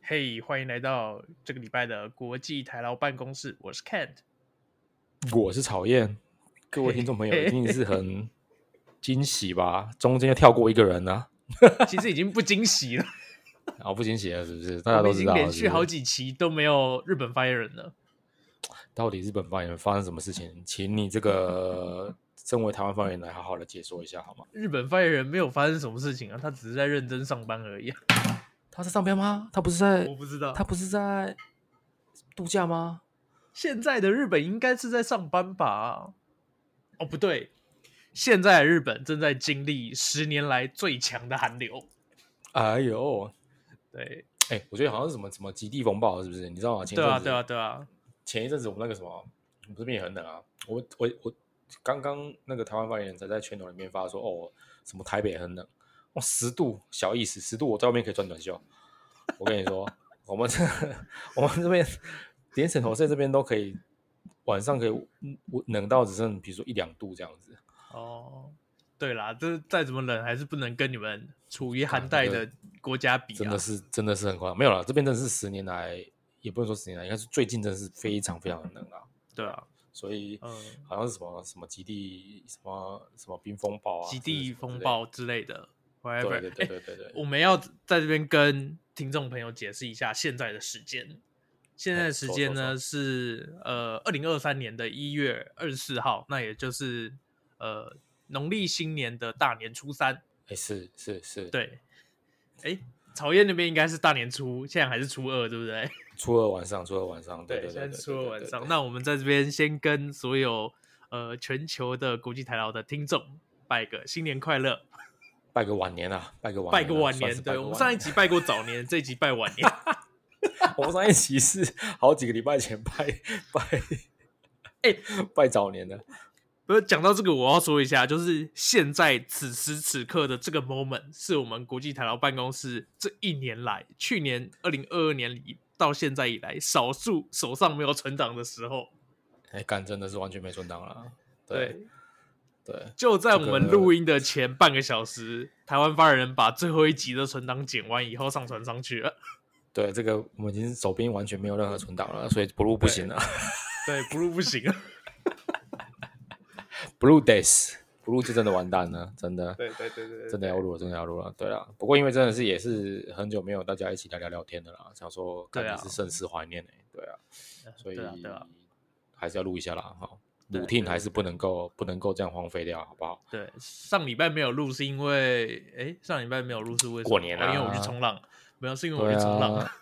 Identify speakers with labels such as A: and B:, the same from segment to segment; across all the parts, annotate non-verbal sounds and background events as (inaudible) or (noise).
A: 嘿欢迎来到这个礼拜的国际台劳办公室，我是 Kent。
B: 我是讨厌，各位听众朋友一定是很惊喜吧？ (laughs) 中间又跳过一个人呢、
A: 其实已经不惊喜了，
B: 啊，哦，不惊喜了是不 (laughs) 是？ (laughs) 大
A: 我
B: 家
A: 们
B: 都
A: 已
B: 知
A: 经
B: 道啊
A: 连
B: 是
A: 续
B: 不
A: 好
B: 是
A: 几期都没有日本发言人了。
B: 到底日本方言发生什么事情？请你这 (laughs) 个身为台湾方言来好好的解说一下好吗？
A: 日本发言人没有发生什么事情啊，他只是在认真上班而已啊、 (laughs)
B: 他在上班吗？他不是在
A: 我不知道
B: 他，不是在度假吗？
A: 现在的日本应该是在上班吧？哦，不对，现在的日本正在经历十年来最强的寒流。
B: 哎呦，
A: 对，
B: 哎、我觉得好像是什么什么极地风暴，是不是？你知道吗？前一
A: 对啊，
B: 阵子
A: 对啊，对啊，
B: 前一阵子我们那个什么，我们这边也很冷啊。我我我刚刚那个台湾发言人才在圈头里面发说，哦，什么台北很冷，哇、十度小意思，十度我在外面可以穿短袖。我跟你说，我们这 (laughs) 我们这边连枕头在这边都可以，晚上可以嗯我冷到只剩比如说一两度这样子。
A: 哦，对啦，这再怎么冷还是不能跟你们处于寒带的国家比
B: 啊真
A: 啊
B: 的。是真的是很夸张。没有了，这边真的是十年来，也不能说十年来，应该是最近真的是非常非常冷啊。
A: 对啊，
B: 所以
A: 嗯
B: 好像是什么什么极地什么什么冰风暴啊，
A: 极
B: 是不是
A: 地
B: 什么
A: 风
B: 之类的，
A: 暴之类的，whatever。
B: 对对对
A: 诶
B: 对对对，
A: 我们要在这边跟听众朋友解释一下现在的时间。现在的时间呢
B: 说说
A: 是呃二零二三年的一月二十四号，那也就是呃农历新年的大年初三。
B: 哎是是是，，
A: 对，哎，草叶那边应该是大年初，现在还是初二，对不对？ (laughs)
B: 初二晚上，初二晚上，对
A: 现在
B: 对，
A: 是初二晚上。
B: 那
A: 那我们在这边先跟所有呃全球的国际台劳的听众拜个新年快乐。
B: 拜个晚年啊，拜个晚
A: 拜
B: 啊
A: 个晚
B: 算
A: 年
B: 是。拜
A: 对，
B: 个
A: 我们
B: 晚
A: 上一
B: 年
A: 集拜过早年，这一集拜
B: (laughs)
A: 晚年。
B: 我们上一集是 (laughs) 好几个礼拜前拜
A: (laughs)
B: 拜，哎拜早年的，
A: 不是讲到这个，我要说一下，就是现在此时此刻的这个 moment，是我们国际台劳办公室这一年来，去年二零二二年以到现在以来，少数手上没有存档的时候。
B: 哎干真的是完全没存档了，对
A: 对，
B: 对，
A: 就在我
B: 这个
A: 们录音的前半个小时，台湾发言人把最后一集的存档剪完以后上传上去了。
B: 对，这个我们已经手边完全没有任何存档了，所以不录不行了，
A: 对，不录不行啊。
B: 不录 days，不录就真的完蛋了，真的。
A: (laughs) 对对对对
B: 真的要录了，真的要录了。对啦，不过因为真的是也是很久没有大家一起来聊聊天的啦，想说感
A: 对啊
B: 觉是甚是怀念哎、对啊，所以
A: 对啊对啊
B: 还是要录一下啦哈。
A: 对
B: 鲁听
A: 对
B: 还是不能够不能够这样荒废掉，好不好？
A: 对，上礼拜没有录是因为，哎，上礼拜没有录是为什么？
B: 过年
A: 哦因为我去
B: 啊
A: 冲浪，没有是因为我
B: 对
A: 去冲浪。 (laughs)
B: 啊，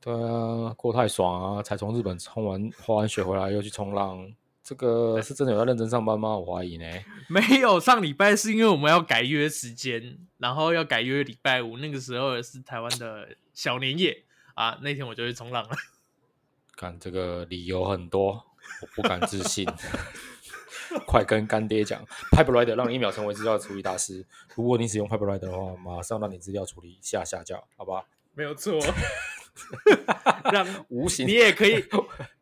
B: 对啊，过太爽啊！才从日本冲完滑完雪回来，又去冲浪，这个是真的有在认真上班吗？我怀疑呢。
A: 没有，上礼拜是因为我们要改约时间，然后要改约礼拜五，那个时候是台湾的小年夜啊，那天我就去冲浪了。
B: 看这个理由很多，我不敢置信。 (laughs) 快跟干爹讲，Pipe Rider 让你一秒成为资料处理大师。如果你使用 Pipe Rider 的话，马上让你资料处理下下架，好吧？
A: 没有错， (laughs) 让
B: 无形
A: 你也可
B: (laughs)
A: 以，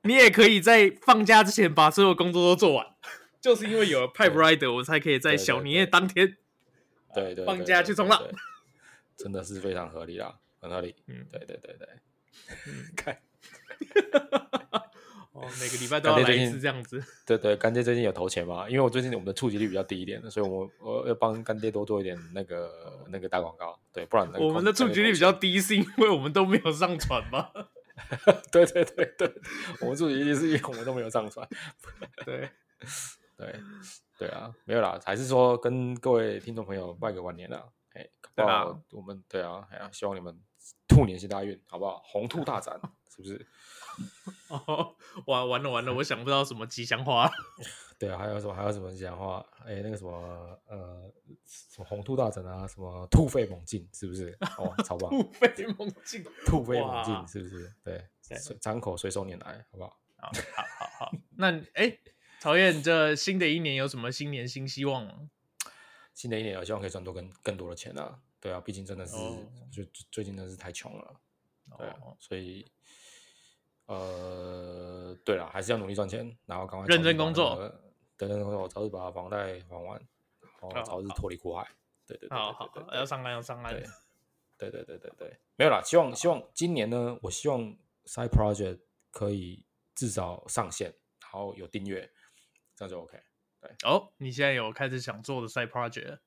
A: 你也可以在放假之前把所有工作都做完，就是因为有了 Pipe Rider，我才可以在
B: 对对
A: 小
B: 对
A: 年夜当天
B: 对对
A: 放假去冲浪，
B: 对对对真的是非常合理啦，很合理。
A: 嗯
B: 嗯，对对对对， (laughs) 看，
A: 哦，每个礼拜都要
B: 感觉
A: 来
B: 最
A: 一
B: 近
A: 次这样子。
B: 对对，干爹最近有投钱吗？因为我最近我们的触及率比较低一点，所以我我要帮干爹多做一点那个那个打广告，对，不然那个
A: 我们的
B: 干爹
A: 触及率比较低，是因为我们都没有上传
B: (laughs)
A: 吗？
B: 对对对对，我们触及率是因为我们都没有上传，
A: 对，
B: 对，对啊，没有啦，还是说跟各位听众朋友拜个晚年啦，哎、搞不
A: 对啊
B: 好我们对啊，哎呀、希望你们兔年行大运，好不好？红兔大
A: (laughs)
B: 展，是不是？
A: (laughs) 哦，完完了完了，我想不到什么吉祥
B: (laughs)
A: 话。
B: 对啊，还有什么还有什么讲话？哎、那个什么呃，什么红兔大展啊，什么兔肺猛进，是不是？哦，超
A: (laughs)
B: 棒，
A: 突飞猛进。
B: 兔肺
A: 哇
B: 猛进，是不是？对
A: 对，
B: 随张口随手拈来，好不好？
A: 好，好，好，好。那哎，曹燕，这新的一年有什么新年新希望吗？
B: 新的一年，我希望可以赚多更更多的钱啊。对啊，毕竟真的是、
A: 哦
B: 就就最近真的是太穷了。对啊
A: 哦，，
B: 所以呃，对了，还是要努力赚钱，然后赶快
A: 认
B: 早日
A: 真
B: 把
A: 工
B: 那
A: 作
B: 个，对认真工作，早日把房贷还完，然
A: 哦
B: 后早日
A: 好
B: 脱离苦海。对对对，
A: 好
B: 对
A: 好
B: 对
A: 好，
B: 对
A: 要上岸，要上岸
B: 对。对对对对对，没有啦，希望希望今年呢，我希望 side project 可以至少上线，然后有订阅，这样就 OK。
A: 哦，你现在有开始想做的 side project 了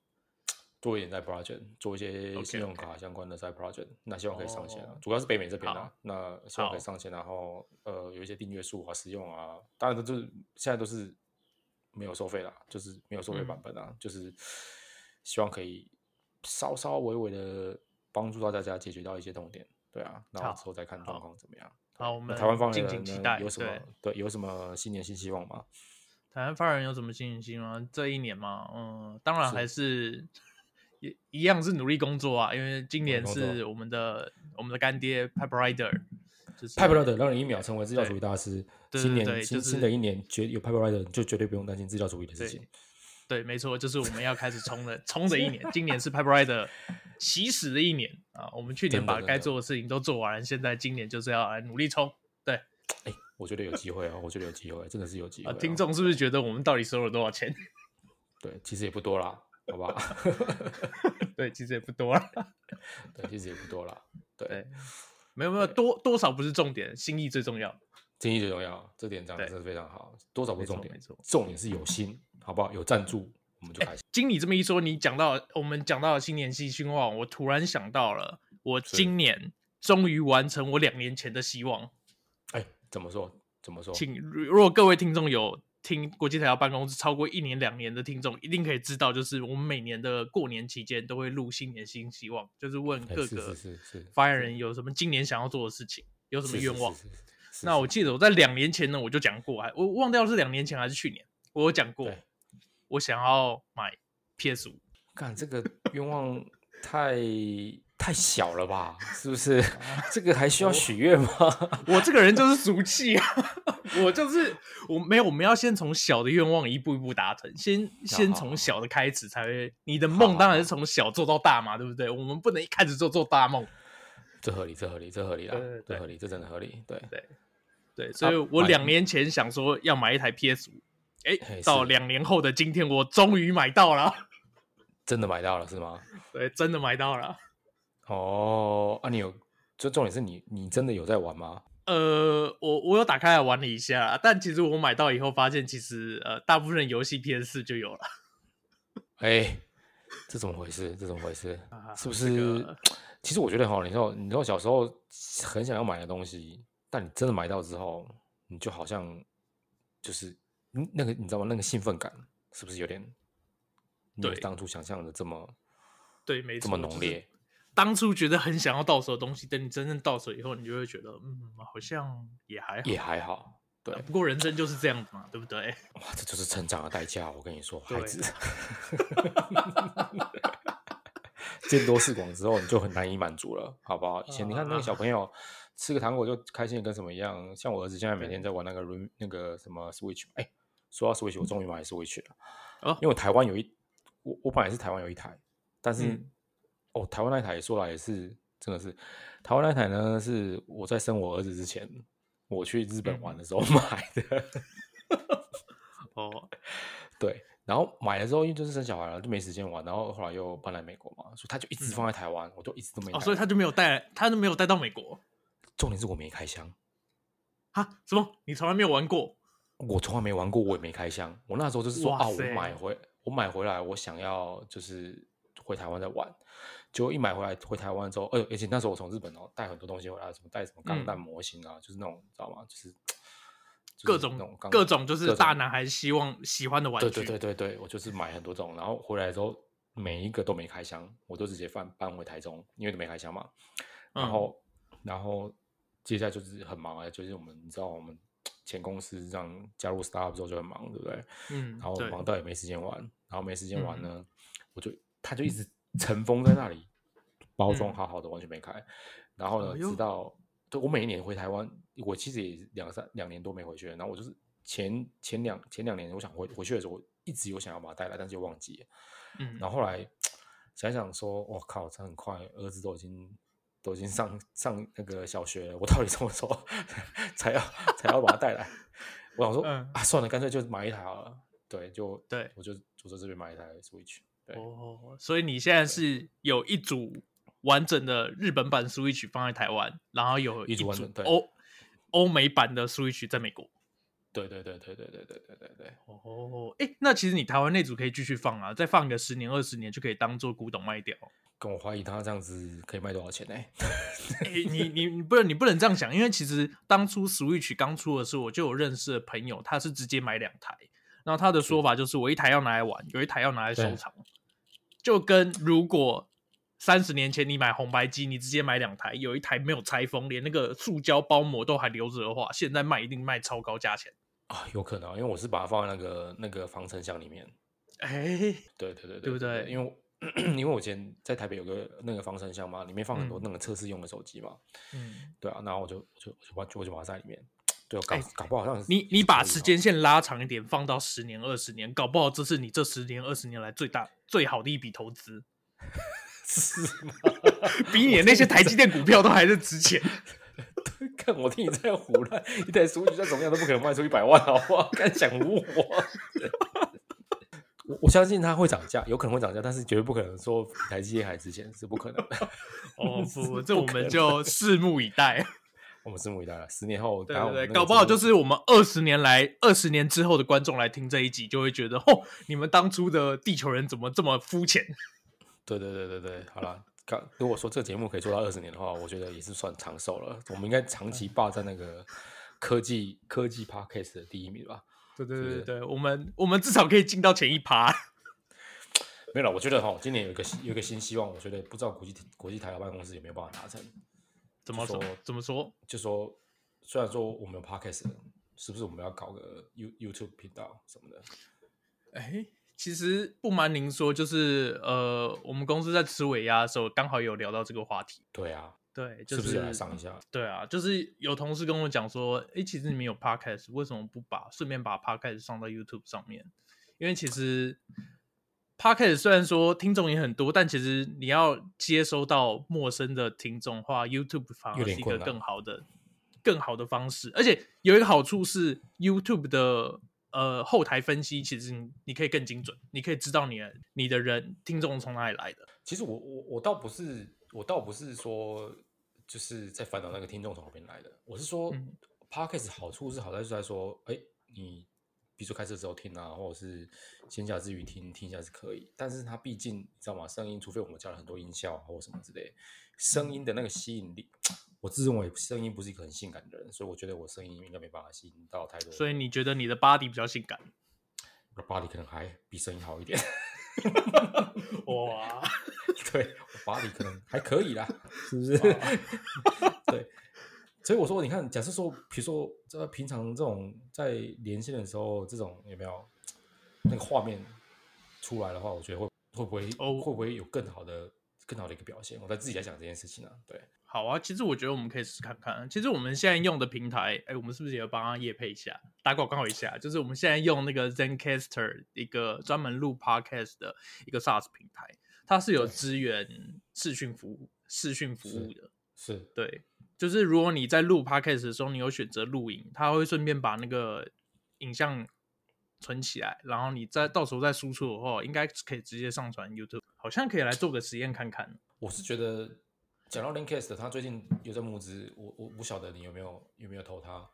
B: 做一点 side project，做一些
A: OK，
B: 信用
A: OK
B: 卡相关的 side project，那希望可以上线啊
A: 哦
B: 主要是北美这边啊
A: 好，
B: 那希望可
A: 好
B: 以上线，然后呃有一些订阅数啊、使用啊，当然都就是现在都是没有收费啦，就是没有收费版
A: 嗯
B: 本啊，就是希望可以稍稍微微的帮助到大家解决到一些痛点，对啊，然后
A: 好
B: 之后再看状
A: 好
B: 况怎么样。
A: 好
B: 对
A: 我
B: 那
A: 们
B: 台湾方
A: 敬
B: 面
A: 请
B: 人
A: 期
B: 呢
A: 待
B: 有什
A: 对
B: 么对有什么新年新希望吗？
A: 台湾发人有什么信心吗？这一年嘛，嗯，当然
B: 是
A: 还是也一样是努力工作啊，因为今
B: 努力
A: 年
B: 工作
A: 是我们的我们的干爹 Pipe Rider，就是
B: 派 Rider 让人一秒成为自教主义
A: 对
B: 大师。
A: 对对
B: 今年
A: 对
B: 新、
A: 就是
B: 新的一年，绝有派 Rider 就绝对不用担心自教主义的事情。
A: 对，没错，就是我们要开始冲了，冲着一
B: (laughs)
A: 年。今年是 Pipe Rider 起始的一年啊，我们去
B: 真
A: 年
B: 的
A: 把
B: 真
A: 该
B: 的
A: 做的事情都做完了，现在今年就是要来努力冲。对啊、
B: 哎、我觉得有机会哦，我觉得有机会，真的是有机会、哦。
A: 听众是不是觉得我们到底收了多少钱？ (laughs)
B: 对，其实也不多啦，好不好？ (laughs)
A: 对，其实也不多啊。
B: 对，其实也不多啦。对，
A: 对， (laughs) 没有没有，多多少不是重点，心意最重要。
B: 经济最重要，这点讲的
A: 对
B: 真的非常好，多少不是
A: 没错
B: 重点
A: 没错，
B: 重点是有心，好不好？有赞助我们就开心。
A: 经理这么一说，你讲到我们讲到新年新希望，我突然想到了，我
B: 是
A: 今年终于完成我两年前的希望。
B: 哎、怎么说？怎么说？
A: 请如如果各位听众有听国际台调办公室超过一年两年的听众，一定可以知道，就是我们每年的过年期间都会录新年新希望，就是问
B: 哎
A: 各
B: 是
A: 个
B: 是是是
A: 发言人有什么今年想要做的事情，有什么愿望。
B: 是是是是是是
A: 那我记得我在两年前呢，我就讲过，还我忘掉是两年前还是去年，我有讲过
B: 对，
A: 我想要买 PS 五。
B: 干这个愿望太太小了吧？是
A: (laughs)
B: 不是？这个还需要许愿吗？ (laughs)
A: 我这个人就是俗气啊， (laughs) 我就是我没有，我们要先从小的愿望一步一步达成，
B: 啊
A: 先先从小的开始才会。你的梦当然是从小做到大嘛，对不对？我们不能一开始就做大梦，
B: 这合理，这合理，这合理啦，
A: 对对
B: 这
A: 对
B: 合理，这真的合理。对，
A: 对。所以我两年前想说要买一台 PS 五，
B: 嘿
A: 哎，
B: 是
A: 到两年后的今天，我终于买到了， (laughs)
B: 真的买到了是吗？
A: 对，真的买到了。
B: 哦，啊，你有，这重点是你，你真的有在玩吗？
A: 呃，我我有打开来玩了一下，但其实我买到以后发现，其实呃，大部分游戏 PS 四就有了。
B: 哎，这怎么回事？这怎么回事？
A: 啊
B: 是不
A: 这
B: 是？
A: 个
B: 其实我觉得哈，你说，你说小时候很想要买的东西，但你真的买到之后，你就好像就是嗯那个，你知道吗？那个兴奋感是不是有点没有
A: 对
B: 当初想象的这么
A: 对，没
B: 这
A: 错，
B: 么
A: 就
B: 浓
A: 是哎
B: 烈？
A: 当初觉得很想要到手的东西，等你真正到手以后，你就会觉得，嗯，好像也还好。
B: 也还好，对，
A: 不过人生就是这样子嘛，对不对？
B: 哇，这就是成长的代价。我跟你说，孩
A: 对
B: 子， (laughs) 见多识广之后，你就很难以满足了，好不好？以前你看那个小朋友
A: 啊
B: 吃个糖果就开心的跟什么一样，像我儿子现在每
A: 对
B: 天在玩那个 Rem- 那个什么 Switch，哎、说到 Switch，我终于买 Switch 了，
A: 哦
B: 因为我台湾有一，我我本来是台湾有一台，但是、
A: 嗯
B: 哦，台湾那台说来也是真的是，台湾那台呢是我在生我儿子之前，我去日
A: 嗯
B: 本玩的时候买的。
A: 哦，
B: 对，然后买了之后，因为就是生小孩了，就没时间玩，然后后来又搬来美国嘛，所以他就一直放在台湾，我就一直都没拿
A: 嗯哦，
B: 到。
A: 所以他就没有带，他就没有带到美国
B: 重点是我没开箱，
A: 哈？什么？你从来没有玩过？
B: 我从来没玩过，我也没开箱。我那时候就是说
A: 哇
B: 啊，我
A: 塞
B: 买回我买回来，我想要就是回台湾再玩。结果一买回来回台湾之后，呃而而且那时候我从日本哦带很多东西回来，什么带什么钢弹
A: 嗯
B: 模型啊，就是那种你知道吗？就是就是
A: 各
B: 那种
A: 种
B: 钢
A: 各种就是
B: 各
A: 大男孩希望喜欢的玩具。
B: 对对对对对，我就是买很多种，然后回来之后每一个都没开箱，我都直接搬搬回台中，因为都没开箱嘛。然
A: 嗯
B: 后、然后接下来就是很忙啊，就是我们你知道我们前公司这样加入 Startup 之后就很忙，对不对？
A: 嗯，
B: 然后
A: 对
B: 忙到也没时间玩，然后没时间玩
A: 嗯
B: 呢，我就他就一直尘封在那里，包装
A: 嗯
B: 好好的，完全没开。然后呢，
A: 哎呦
B: 直到对我每一年回台湾，我其实也两三两年多没回去了。然后我就是前前两前两年，我想回回去的时候，我一直有想要把它带来，但是又忘记了。
A: 嗯，
B: 然后后来想想说，我靠，这很快，儿子都已经都已经上上那个小学了，我到底什么时候才要才要把它带来？我想说、
A: 嗯
B: 啊，算了，干脆就买一台好了。对，就
A: 对哦
B: 我就就在这边买一台 Switch。对，
A: 哦，所以你现在是有一组完整的日本版 Switch 放在台湾，然后有
B: 一
A: 一
B: 组
A: 组
B: 完整对
A: 欧欧美版的 Switch 在美国。
B: 对对对对对对对对对对，
A: 哦，哎，那其实你台湾那组可以继续放啊，再放个十年二十年就可以当做古董卖掉。
B: 跟我怀疑他这样子可以卖多少钱呢、
A: 欸、你你你不能你不能这样想，因为其实当初 Switch 刚出的时候，我就有认识的朋友，他是直接买两台，然后他的说法就是我一台要拿来玩，有一台要拿来收
B: 对
A: 藏，就跟如果三十年前你买红白机，你直接买两台，有一台没有拆封，连那个塑胶包膜都还留着的话，现在卖一定卖超高价钱。
B: 啊，有可能啊，因为我是把它放在那个那个防尘箱里面。
A: 哎、
B: 对对对
A: 对不对
B: 因为我 (clears throat) 因为我以前在台北有个那个防尘箱嘛，里面放很多
A: 嗯
B: 那个测试用的手机嘛。
A: 嗯，
B: 对啊，然后我就我就我就把我就把它塞里面。对，啊我搞、
A: 哎
B: 搞不好好像是
A: 你你把
B: 是
A: 时间线拉长一点，放到十年二十年，搞不好这是你这十年二十年来最大最好的一笔投资。 (laughs)
B: 是吗？
A: 比你的那些台积电股票都还是值钱。
B: (laughs) 看我听你在胡乱，一台 Switch 再怎么样都不可能卖出一百万，好不好？敢想唬
A: (laughs)
B: 我？我我相信它会涨价，有可能会涨价，但是绝对不可能说比台积电还值钱，是不可能的。
A: (laughs)
B: (laughs)
A: 哦不， (laughs) 这
B: 不
A: 我
B: 可
A: 们
B: 能
A: 就拭目以 (laughs) 待。
B: 我们拭目以待了。十年后，
A: 对
B: 然后我
A: 对对，
B: 们那个
A: 搞不好
B: 节目
A: 就是我们二十年来、二十年之后的观众来听这一集，就会觉得，吼，你们当初的地球人怎么这么肤浅？
B: 对对对对对，好了。刚如果说这个节目可以做到二十年的话，我觉得也是算长寿了。我们应该长期霸占那个科技科技 podcast 的第一名吧？
A: 对对
B: 是
A: 对对，我们我们至少可以进到前一趴。
B: 没有了，我觉得哈，今年有一个新有一个新希望，我觉得不知道国际国际台湾办公室有没有办法达成。
A: 怎么说
B: 说？
A: 怎么说？
B: 就说虽然说我们有 podcast，了是不是我们要搞个 You YouTube 频道什么的？
A: 哎，其实不瞒您说，就是呃，我们公司在吃尾鸭的时候，刚好有聊到这个话题。
B: 对啊，、
A: 对，就是
B: 不是也来上一下？
A: 对啊，就是有同事跟我讲说，诶，其实你们有 podcast，为什么不把顺便把 podcast 上到 YouTube 上面？因为其实 podcast 虽然说听众也很多，但其实你要接收到陌生的听众的话，YouTube 反
B: 有
A: 而
B: 点
A: 是一
B: 困
A: 个
B: 难
A: 更好的、更好的方式。而且有一个好处是，YouTube 的呃后台分析，其实你你可以更精准，你可以知道你的你的人听众从哪里来的。
B: 其实我我我倒不是我倒不是说就是在烦恼那个听众从哪边来的，我是说、
A: 嗯
B: podcast 好处是好在是在说，哎，你比如说开车的时候听啊，或者是闲暇之余听听一下是可以，但是它毕竟你知道吗？声音，除非我们加了很多音效啊或什么之类，声音的那个吸引力。我自认为声音不是一个很性感的人，所以我觉得我声音应该没办法吸引到太多。
A: 所以你觉得你的 body 比较性感？
B: 我的 body 可能还比声音好一点，
A: 哇！
B: (laughs) 对我 body 可能还可以啦， (laughs) 是不是？ (laughs) 对，所以我说，你看，假设说，比如说这平常这种在连线的时候，这种有没有那个画面出来的话，我觉得会会不会、
A: 哦
B: 会不会有更好的更好的一个表现？我在自己在想这件事情啊，对，
A: 好啊，其实我觉得我们可以试试看看。其实我们现在用的平台，哎，我们是不是也要帮他业配一下，打广告一下？就是我们现在用那个 ZenCaster 一个专门录 Podcast 的一个 SaaS 平台，它是有
B: 对
A: 支援视讯服务、视讯服务的。
B: 是
A: 对，就是如果你在录 Podcast 的时候，你有选择录影，它会顺便把那个影像存起来，然后你再到时候再输出的话，应该可以直接上传 YouTube，好像可以来做个实验看啊看。
B: 我是觉得讲到 Linkcast，他最近有在募资，我我不晓得你有没有有没有投他，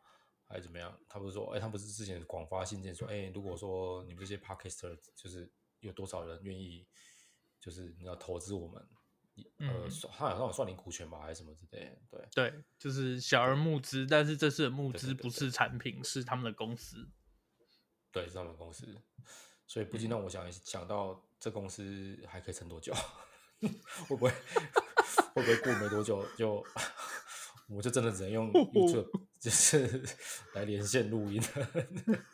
B: 还是怎么样？他不是说，哎、他不是之前广发信件说，哎、如果说你们这些 Podcaster 就是有多少人愿意，就是你要投资我们，呃，
A: 嗯
B: 算他好像有算你股权吧，还是什么之类的，对。
A: 对，就是小额募资，但是这次的募
B: 对对
A: 资
B: 对
A: 不
B: 对
A: 是产品，是他们的公司。
B: 对，是他们公司，所以不
A: 嗯
B: 禁让我想一想到这公司还可以撑多久， (laughs) 会
A: (laughs)
B: 不会会不会过没多久就我就真的只能
A: 哦
B: 用 YouTube 就是 (laughs) 来连线录音了？ (laughs)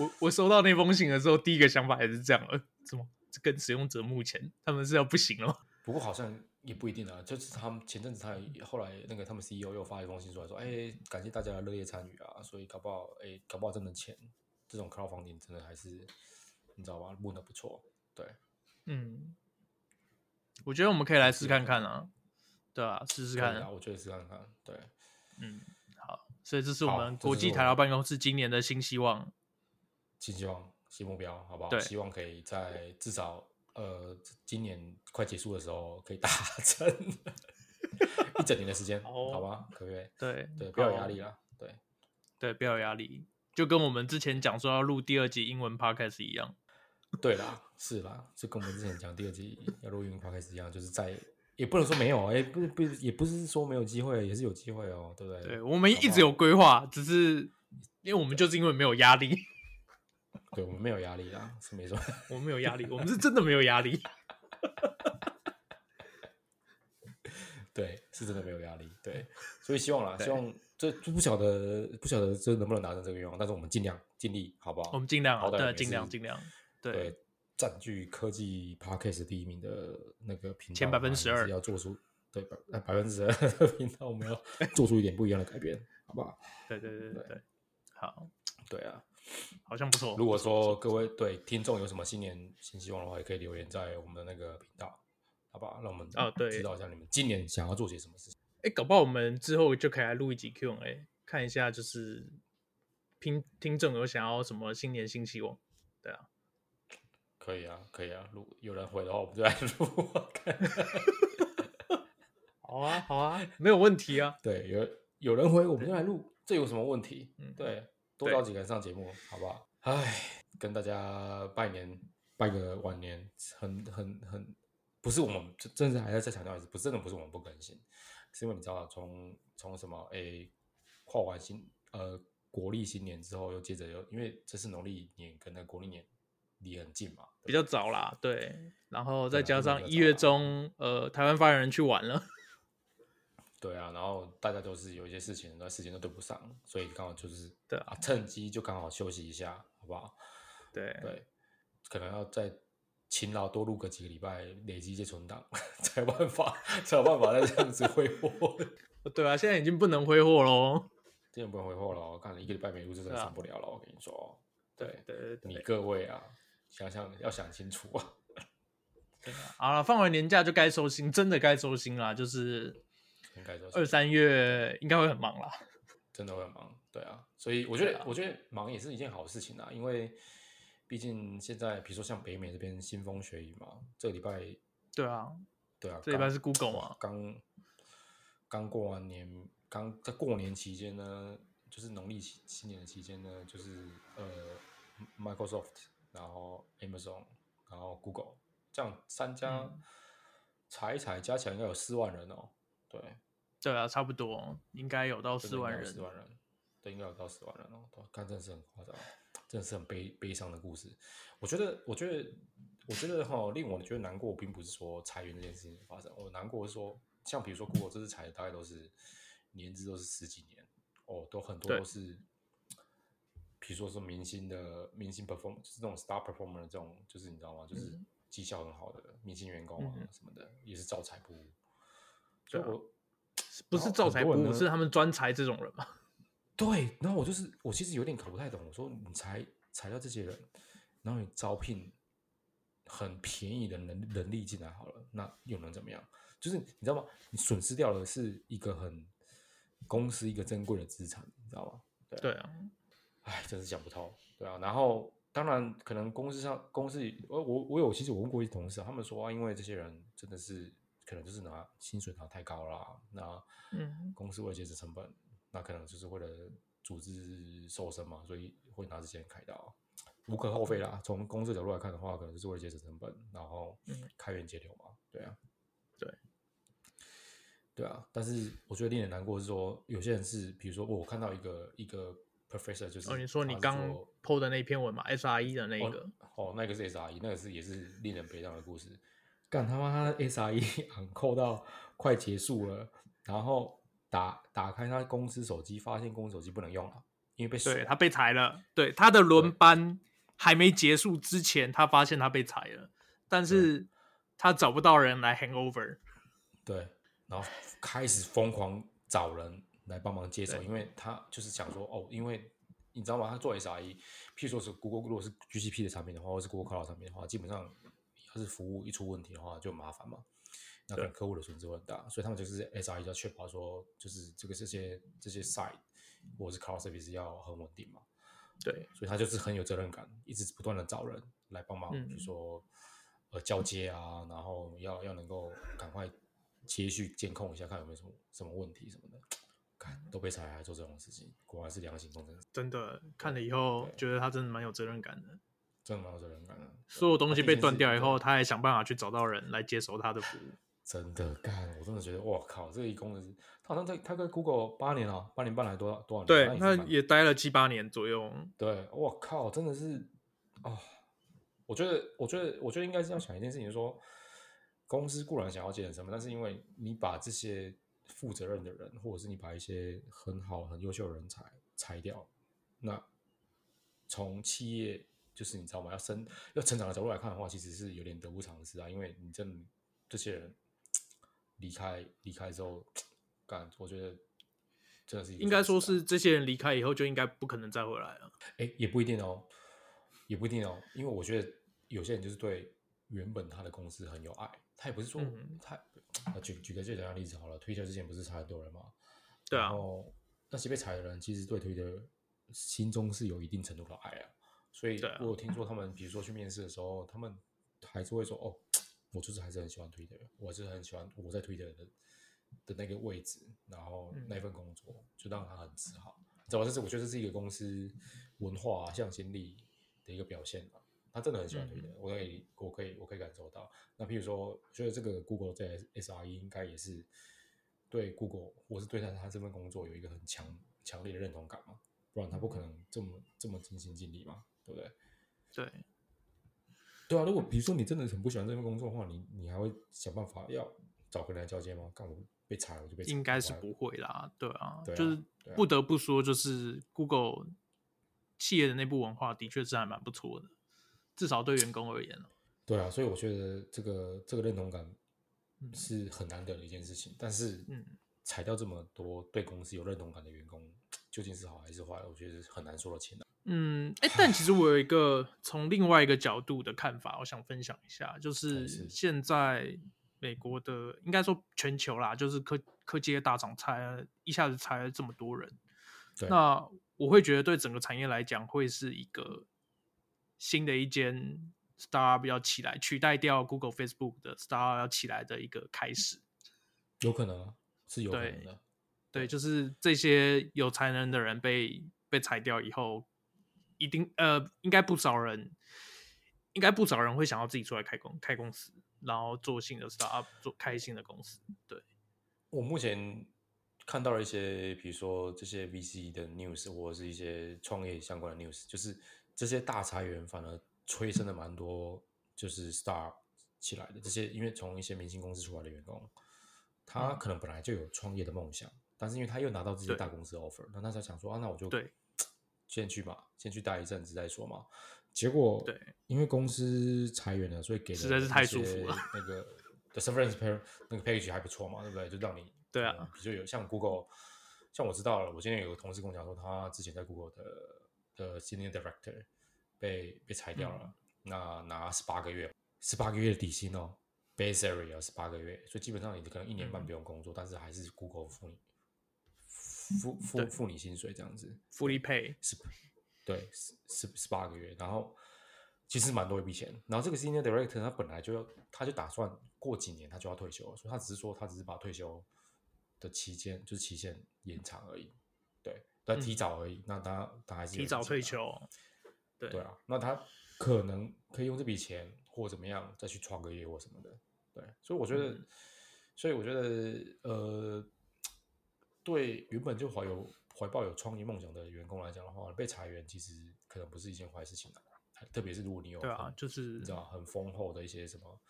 A: 我我收到那封信的时候，第一个想法还是这样，呃，怎么这跟使用者目前他们是要不行了吗？ (laughs)
B: 不过好像也不一定啊，就是他们前阵子他也后来那个他们 CEO 又发一封信出来说，哎、感谢大家的热烈参与啊，所以搞不好哎、搞不好真的钱这种 crowdfunding 真的还是你知道吧，弄得不错，对。
A: 嗯，我觉得我们可以来试看看啊，对啊，试试
B: 可以
A: 看
B: 啊，。我觉得是看看，对，
A: 嗯，好，所以这是我
B: 好
A: 们
B: 这
A: 国
B: 是
A: 际
B: 我
A: 台劳
B: 们
A: 办公室今年的新希望。
B: 新希望、新目标，好不好？
A: 对
B: 希望可以在至少呃，今年快结束的时候可以达成 (laughs) 一整年的时间，
A: 哦
B: 好吗？可不可以？
A: 对
B: 对，不要有
A: 好哦
B: 压力啦。对，
A: 对，不要有压力，就跟我们之前讲说要录第二集英文 podcast 一样。
B: 对啦，是啦，就跟我们之前讲第二季要录音 p o d 一样，就是在也不能说没有，哎、不不，也不是说没有机会，也是有机会哦，对不对？
A: 对，我们
B: 好不
A: 一直
B: 好
A: 有规划，只是因为我们就是因为没有压力，
B: 对我们没有压力啦，是没错。 (laughs)
A: 我们没有压力，我们是真的没有压力。
B: 对，是真的没有压力。对，所以希望啦，
A: 对
B: 希望这这不晓得不晓得这能不能达成这个愿望，但是我们尽量尽力，好 (laughs) 不好？
A: 我们尽量啊，
B: 好歹我
A: 对，
B: 们
A: 尽
B: 是
A: 量尽量。对
B: 对占据科技 podcast 第一名的那个频道
A: 前
B: 嘛
A: 12%
B: 还是要做出对百呃百分之十的频道，我们要做出一点不一样的改变，好不好？
A: 对对对对对，好，
B: 对啊，
A: 好像不错。
B: 如果说各位对听众有什么新年新希望的话，也可以留言在我们的那个频道，好不好？让我们
A: 哦对
B: 知道一下你们今年想要做些什么事情。
A: 哎，搞不好我们之后就可以来录一集 Q&A，看一下就是听听众有想要什么新年新希望。对啊，
B: 可以啊，可以啊，如果有人回的话，我们就来录。 (laughs) 看
A: 好啊，好啊， (laughs) 没有问题啊。
B: 对，有有人回我们就来录，这有什么问题？
A: 嗯
B: 对，多
A: 对
B: 找几个人上节目，好不好？唉，跟大家拜年，拜个晚年，很很很，不是我们真真是还要再强调一次，不是真的不是我们不更新，是因为你知道从从什么诶、跨完新呃国历新年之后，又接着又因为这是农历年跟那个国历年离很近嘛，
A: 比较
B: 对
A: 早啦，对，然后再
B: 对啊
A: 加
B: 真
A: 上
B: 的比较
A: 一
B: 早
A: 月
B: 啦
A: 中，呃，台湾发言人去玩了，
B: 对啊，然后大家都是有一些事情，那时间都对不上，所以刚好就是
A: 对啊
B: 啊，趁机就刚好休息一下，好不好？
A: 对，
B: (laughs) 对，可能要再勤劳多录个几个礼拜，累积一些存档， (laughs) 才有办法，才有办法再这样子挥霍。 (laughs)
A: 对啊，现在已经不能挥霍喽，
B: 今天不能挥霍了哦，看了一个礼拜没录，就真
A: 对
B: 的
A: 啊
B: 上不了了。我跟你说哦，对，
A: 对对
B: 你
A: 对，
B: 各位啊，想想要想清楚啊。
A: 啊好了，放完年假就该收心，真的该收心啦，就是
B: 应该说是
A: 二三月应该会很忙啦，
B: 真的会很忙，对啊，所以我觉
A: 对
B: 得、
A: 啊
B: 我觉得忙也是一件好事情啊，因为毕竟现在比如说像北美这边腥风血雨嘛，这个礼拜
A: 对啊，
B: 对啊，
A: 这礼拜
B: 刚
A: 是 Google 嘛，
B: 刚刚过完年，刚在过年期间呢，就是农历期新年的期间呢，就是呃，Microsoft，然后 Amazon，然后 Google，这样三家
A: 嗯
B: 踩一踩加起来应该有四万人哦，对，
A: 对啊，差不多应该有到四万人
B: 四，万人，对，应该有到四万人哦。对，看真的是很夸张，真的是很悲悲伤的故事。我觉得，我觉得，我觉得哈，令我觉得难过，并不是说裁员这件事情的发生，我难过是说，像比如说 Google 这次裁的大概都是年资都是十几年，哦，都很多
A: 对
B: 都是。比如说是明星的明星 perform，就是那种 star performer 的这种，就是你知道吗？就是
A: 嗯
B: 绩效很好的明星员工啊
A: 嗯哼
B: 什么的，也是照裁不误。所以
A: 对啊
B: 我
A: 不是
B: 然后
A: 照
B: 哦很
A: 财
B: 多人
A: 部，
B: 呢
A: 是他们专裁这种人嘛，
B: 对，然后我就是我其实有点搞不太懂，我说你裁裁掉这些人，然后你招聘很便宜的人人力进来好了，那又能怎么样？就是你知道吗？你损失掉的是一个很公司一个珍贵的资产，你知道吗？
A: 对啊，
B: 唉，真是想不透，对啊。然后当然可能公司上公司，我我我有其实我问过一些同事啊，他们说啊，因为这些人真的是可能就是拿薪水拿太高啦，那
A: 嗯
B: 公司为了节省成本，那可能就是为了组织瘦身嘛，所以会拿这些人开刀，无可厚非啦。从公司角度来看的话，可能就是为了节省成本，然后
A: 嗯
B: 开源节流嘛，对啊，
A: 对，
B: 对啊。但是我觉得令人难过的是说，有些人是，比如说我看到一个一个 professor，就是
A: 哦，你说你
B: 他是
A: 刚
B: 做
A: PO 的那篇文嘛，SRE 的那个，
B: 哦，那个是 SRE，那个是也是令人悲伤的故事。干他妈，他的 (laughs) SRE 昂扣到快结束了，然后打打开他公司手机，发现公司手机不能用了，因为被锁
A: 对他被裁了，对他的轮班还没结束之前，他发现他被裁了，但是他找不到人来 hang over，
B: 对，然后开始疯狂找人来帮忙接手，
A: 对
B: 因为他就是想说，哦，因为你知道吗？他做 SRE，譬如说是 Google，如果是 GCP 的产品的话，或是 Google Cloud 的产品的话，基本上要是服务一出问题的话，就很麻烦嘛。那可能客户的损失会很大，所以他们就是 SRE 要确保说，就是这个这些这些 site 或者是 cloud service 要很稳定嘛。
A: 对，
B: 所以他就是很有责任感，一直不断的找人来帮忙，
A: 嗯
B: 比如说呃交接啊，然后要要能够赶快接续监控一下，看有没有什么什么问题什么的。看都被裁来做这种事情，果然是良心工程师，
A: 真的看了以后
B: 对
A: 觉得他真的蛮有责任感的。
B: 真的蛮有责任感的。
A: 所有东西被断掉以后，
B: 他。
A: 他还想办法去找到人来接手他的服务。
B: 真的干，我真的觉得，哇靠，这一工程师，他好像在他跟 Google 八年了，八年半来多少多少年？
A: 对，
B: 那
A: 那
B: 也是蛮
A: 也待了七八年左右。
B: 对，我靠，真的是啊、我觉得，我觉得，我觉得应该是要想一件事情，就是说公司固然想要节省成本，但是因为你把这些负责任的人，或者是你把一些很好、很优秀的人才裁掉，那从企业就是你知道吗？要生要成长的角度来看的话，其实是有点得不偿失啊，因为你真的这些人离开离开之后，干，我觉得真的是一个
A: 应该说
B: 损
A: 是
B: 失啊
A: 这些人离开以后，就应该不可能再回来了。
B: 哎，也不一定哦，也不一定哦，因为我觉得有些人就是对原本他的公司很有爱，他也不是说
A: 嗯
B: 他、啊举举个最简单的例子好了，推特之前不是裁很多人嘛，
A: 对
B: 然
A: 啊，
B: 后那些被裁的人其实对推特心中是有一定程度的爱啊，所以
A: 对啊
B: 我有听说他们，比如说去面试的时候，他们还是会说哦，我就是还是很喜欢推特，我还是很喜欢我在推特的的那个位置，然后
A: 嗯
B: 那份工作、就让他很自豪。你知道吗？这是我觉得这是一个公司文化、啊、向心力的一个表现啊。他真的很喜欢推
A: 嗯
B: 特，我可以，我可以，我可以感受到。那譬如说，我觉得这个 Google 在 SRE 应该也是对 Google 或是对他他这份工作有一个很强强烈的认同感嘛，不然他
A: 嗯
B: 不可能这么这么尽心尽力嘛，对不对？
A: 对，
B: 对啊，如果比如说你真的很不喜欢这份工作的话，你你还会想办法要找个人来交接吗？干我被裁了我就被裁了
A: 应该是
B: 我还
A: 不会啦。对啊，
B: 对啊
A: 就是
B: 对啊
A: 不得不说，就是 Google 企业的内部文化的确是还蛮不错的，至少对员工而言啊
B: 对啊，所以我觉得这个这个认同感
A: 嗯
B: 是很难得的一件事情。但是，
A: 嗯，
B: 裁掉这么多对公司有认同感的员工，究竟是好还是坏，我觉得是很难说得清的。
A: 嗯，哎、但其实我有一
B: (laughs)
A: 个从另外一个角度的看法，我想分享一下，就是
B: 哎是
A: 现在美国的，应该说全球啦，就是科科技的大厂裁了一下子裁了这么多人，
B: 对
A: 那我会觉得对整个产业来讲，会是一个新的一间 startup 要起来，取代掉 Google、Facebook 的 startup 要起来的一个开始。
B: 有可能啊，是有可能
A: 对
B: 的。
A: 对，就是这些有才能的人被被裁掉以后，一定呃，应该不少人，应该不少人会想要自己出来开公开公司，然后做新的 startup，做开新的公司。对，
B: 我目前看到了一些，比如说这些 VC 的 news 或者是一些创业相关的 news，就是这些大裁员反而催生了蛮多就是 star 起来的这些，因为从一些明星公司出来的员工，他可能本来就有创业的梦想，但是因为他又拿到这些
A: 嗯对
B: 大公司的 offer，那他才想说啊，那我就
A: 对
B: 先去吧，先去待一阵子再说嘛。结果
A: 对，
B: 因为公司裁员了，所以给了
A: 实在是太舒服
B: 一些
A: 了
B: 那个的 severance pay 那个 package 还不错嘛，对不对？就让你
A: 对啊
B: 呃比如说有像 Google，像我知道了，我今天有个同事跟我讲说，他之前在 Google 的的 senior director 被被裁掉了，
A: 嗯
B: 那拿十八个月，十八个月的底薪哦，base area 十八个月，所以基本上你可能一年半
A: 嗯
B: 不用工作，但是还是 Google 付你付
A: 嗯
B: 付
A: 对
B: 付你薪水这样子。
A: 福利配，
B: 十，对，十十十八个月，然后其实蛮多一笔钱。然后这个 senior director 他本来就要，他就打算过几年他就要退休了，所以他只是说他只是把退休的期间就是期限延长而已，对，但提早而已。那他他还是
A: 嗯
B: 有
A: 提
B: 一笔
A: 早
B: 钱
A: 退
B: 拿
A: 休。对
B: 对啊，那他可能可以用这笔钱或怎么样再去创个业或什么的，对，所以我觉得，
A: 嗯
B: 所以我觉得，呃，对原本就怀有怀抱有创业梦想的员工来讲的话，被裁员其实可能不是一件坏事情啊，特别是如果你有
A: 对啊
B: 很，
A: 就是
B: 你知道很丰厚的一些什么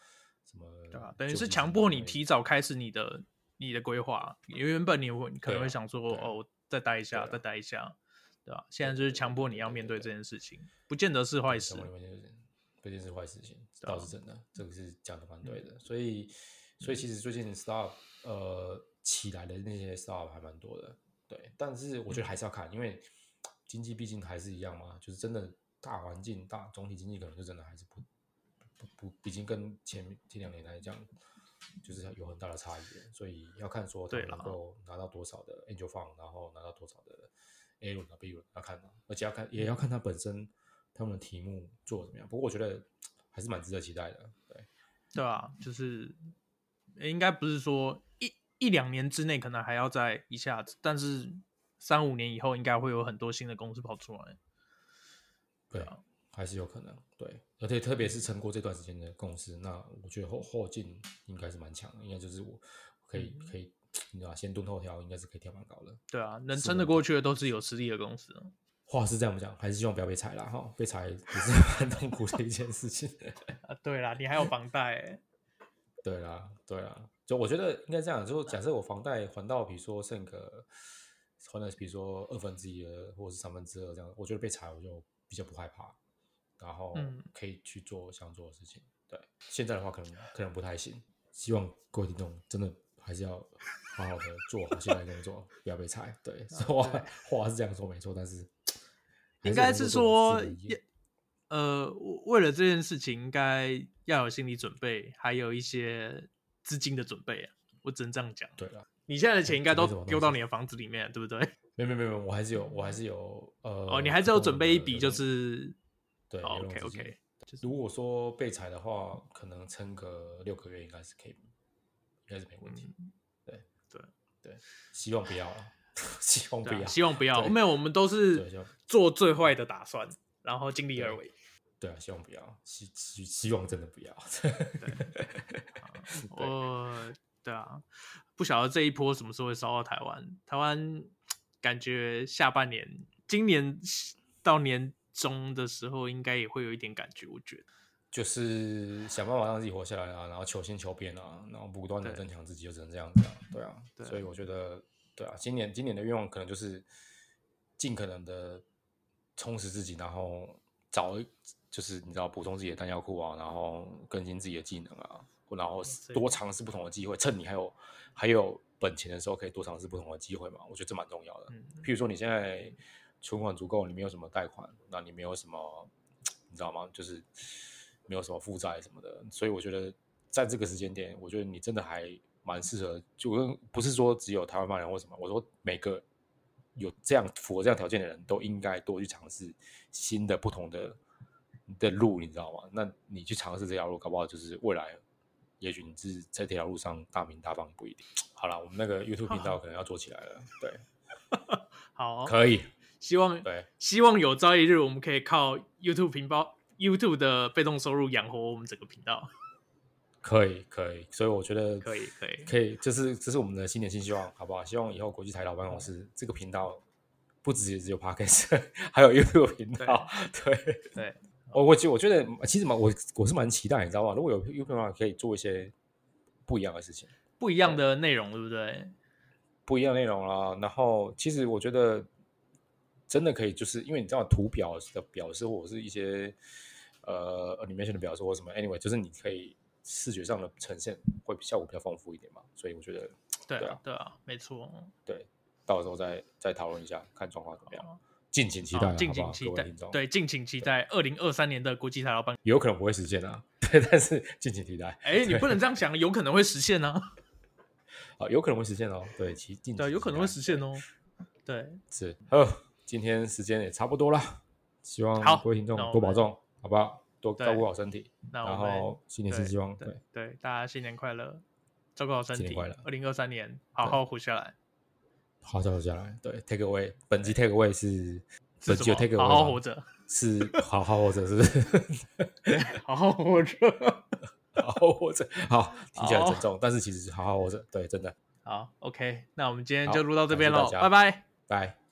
B: 什么，
A: 对啊，等于是强迫你提，早开始你的你的规划。因为原本你会你可
B: 对
A: 能会
B: 啊
A: 想说，
B: 对啊
A: 哦，我再待一下，
B: 对啊
A: 再待一下，对吧、现在就是
B: 对
A: 强
B: 对
A: 迫
B: 对
A: 你要
B: 对
A: 面
B: 对
A: 对
B: 对
A: 这件事情，不见得是坏事
B: 什。么一件事，不一定是坏事情，
A: 对啊嗯
B: 倒是真的，这个是讲的蛮对的。所以，所以其实最近 startup 呃起来的那些 startup 还蛮多的，对。但是我觉得还是要看，因为经济毕竟还是一样嘛，就是真的大环境大总体经济可能就真的还是不不不，已经跟前前两年来讲。就是有很大的差异了，所以要看说他
A: 对
B: 们能
A: 啦
B: 够拿到多少的 angel fund，然后拿到多少的 A 轮啊 B 轮，要看啊，而且要看也要看他本身他们的题目做得怎么样。不过我觉得还是蛮值得期待的。对，
A: 对啊，就是诶应该不是说一一两年之内可能还要再一下子，但是三五年以后应该会有很多新的公司跑出来。
B: 对啊，还是有可能。对，而且特别是撑过这段时间的公司，那我觉得后后劲应该是蛮强的，应该就是我可以、可以，你知道，先蹲后跳，应该是可以跳蛮高的。
A: 对啊，能撑得过去的都是有实力的公司啊。
B: 话是这样讲，还是希望不要被裁啦哈，被裁也是 (laughs) 蛮痛苦的一件事情。
A: 啊对啦，你还有房贷、欸，
B: 对啦，对啦，就我觉得应该这样，就假设我房贷还到，比如说剩个还了，比如说二分之一的或者是三分之二这样，我觉得被裁我就比较不害怕，然后
A: 嗯
B: 可以去做想做的事情。对，现在的话可能可能不太行，希望各位听众真的还是要好好的做好现在的工作，不要被裁。
A: 啊
B: 对，话话是这样说没错，
A: (laughs)
B: 但是还
A: 应该
B: 能
A: 是
B: 够做我
A: 说
B: 自己的
A: 也，呃，为了这件事情，应该要有心理准备，还有一些资金的准备啊。我只能这样讲。
B: 对了。
A: 你现在的钱应该
B: 准备什么
A: 都
B: 东
A: 丢到
B: 西
A: 你的房子里面，对不
B: (laughs)
A: 对？
B: 没有没有没有，我还是有，我还是有呃。
A: 哦，你还是有准备一笔，就
B: 流动
A: 是
B: 对。
A: 哦
B: 流动
A: ，OK
B: 资金
A: OK，
B: 如果说被裁的话，可能撑个六个月应该是可以，应该是没问
A: 嗯
B: 题。对
A: 对
B: 对，希望不要
A: (laughs)
B: 了，希望不
A: 对啊
B: 要，
A: 希望不要。
B: 对
A: 没有，我们都
B: 对希
A: 是
B: 望
A: 做最坏的打算，然后尽力而
B: 对
A: 为。
B: 对啊，希望不要，希希希望真的不要。 (laughs) 对
A: 我对啊，不晓得这一波什么时候会烧到台湾。台湾感觉下半年，今年到年中的时候，应该也会有一点感觉。我觉得，
B: 就是想办法让自己活下来啊，然后求新求变啊，然后不断的
A: 对
B: 增强自己，就只能这样子啊，对啊，
A: 对
B: 所以我觉得，对啊，今年今年的愿望可能就是尽可能的充实自己，然后找一就是你知道补充自己的弹药库啊，然后更新自己的技能啊，或然后
A: 这
B: 多
A: 个
B: 尝试不同的机会，趁你还有还有本钱的时候，可以多尝试不同的机会嘛，我觉得这蛮重要的。
A: 嗯，
B: 譬如说你现在存款足够，你没有什么贷款，那你没有什么，你知道吗？就是没有什么负债什么的，所以我觉得在这个时间点，我觉得你真的还蛮适合。就跟不是说只有台湾发人或什么，我说每个有这样符合这样条件的人都应该多去尝试新的不同的的路，你知道吗？那你去尝试这条路，搞不好就是未来。也许你是在这条路上大名大放不一定。好了，我们那个 YouTube 频道可能要做起来了，对，
A: 好，
B: 可以，
A: 希望
B: 对，
A: 希望有朝一日，我们可以靠 YouTube 频道、YouTube 的被动收入养活我们整个频道。
B: 可以，可以，所以我觉得
A: 可以可以
B: 可以，这是这是我们的新年新希望，好不好？希望以后国际台老办公室这个频道不只只有 podcast，还 (laughs) 有 YouTube 频道。对，
A: 对，
B: 我我觉我觉得其实蛮我我是蛮期待，你知道吗？如果有 YouTube 频道可以做一些不一样的事情，
A: 不一样的内容，对不对？
B: 不一样的内容啦。然后其实我觉得真的可以，就是因为你知道图表的表示或者是一些呃 animation 的表示或什么，anyway，就是你可以视觉上的呈现会效果比较丰富一点嘛。所以我觉得
A: 对
B: 对
A: 啊
B: 啊，
A: 对啊，没错。
B: 对，到时候再再讨论一下，看状况怎么样。敬请期待
A: 好
B: 啊，，
A: 敬
B: 好不
A: 请
B: 好
A: 期
B: 各位
A: 待
B: 听众。，
A: 对，敬请期待二零二三年的国际台
B: (laughs)
A: 老板。
B: 有可能不会实现啊， (laughs) 对，但是敬请期待啊、
A: 哎，你不能这样想，有可能会实现呢、啊
B: 有可能会实现哦。对，其敬请
A: 对，有可能会实现
B: 哦。
A: 哦。 (laughs) 对，
B: 是，好，今天时间也差不多啦，希望
A: 好
B: 各位听众
A: 那我
B: 多保
A: 们
B: 重，好不好？多
A: 对
B: 照顾好身体，
A: 那
B: 然
A: 我们
B: 后新年新
A: 对
B: 希望，
A: 对
B: 对，
A: 对大家新年快乐，照顾好身
B: 新年
A: 体
B: 快乐。
A: 二零二三年好好活下来，
B: 好照顾下来。对，take away，本集 take away 是
A: 是
B: 本
A: 什
B: 集有 take
A: 么？
B: away，
A: 好好
B: 吗
A: 活，着， (laughs)
B: 是好好活着，是不是？ (laughs)
A: 好好活着。 (laughs)
B: 好好活着，好，听起来很
A: 好
B: 沉重，但是其实是好好活着，对，真的，
A: 好，OK，那我们今天就录到这
B: 好
A: 边
B: 感谢
A: 喽，
B: 大家
A: 拜拜。
B: 拜。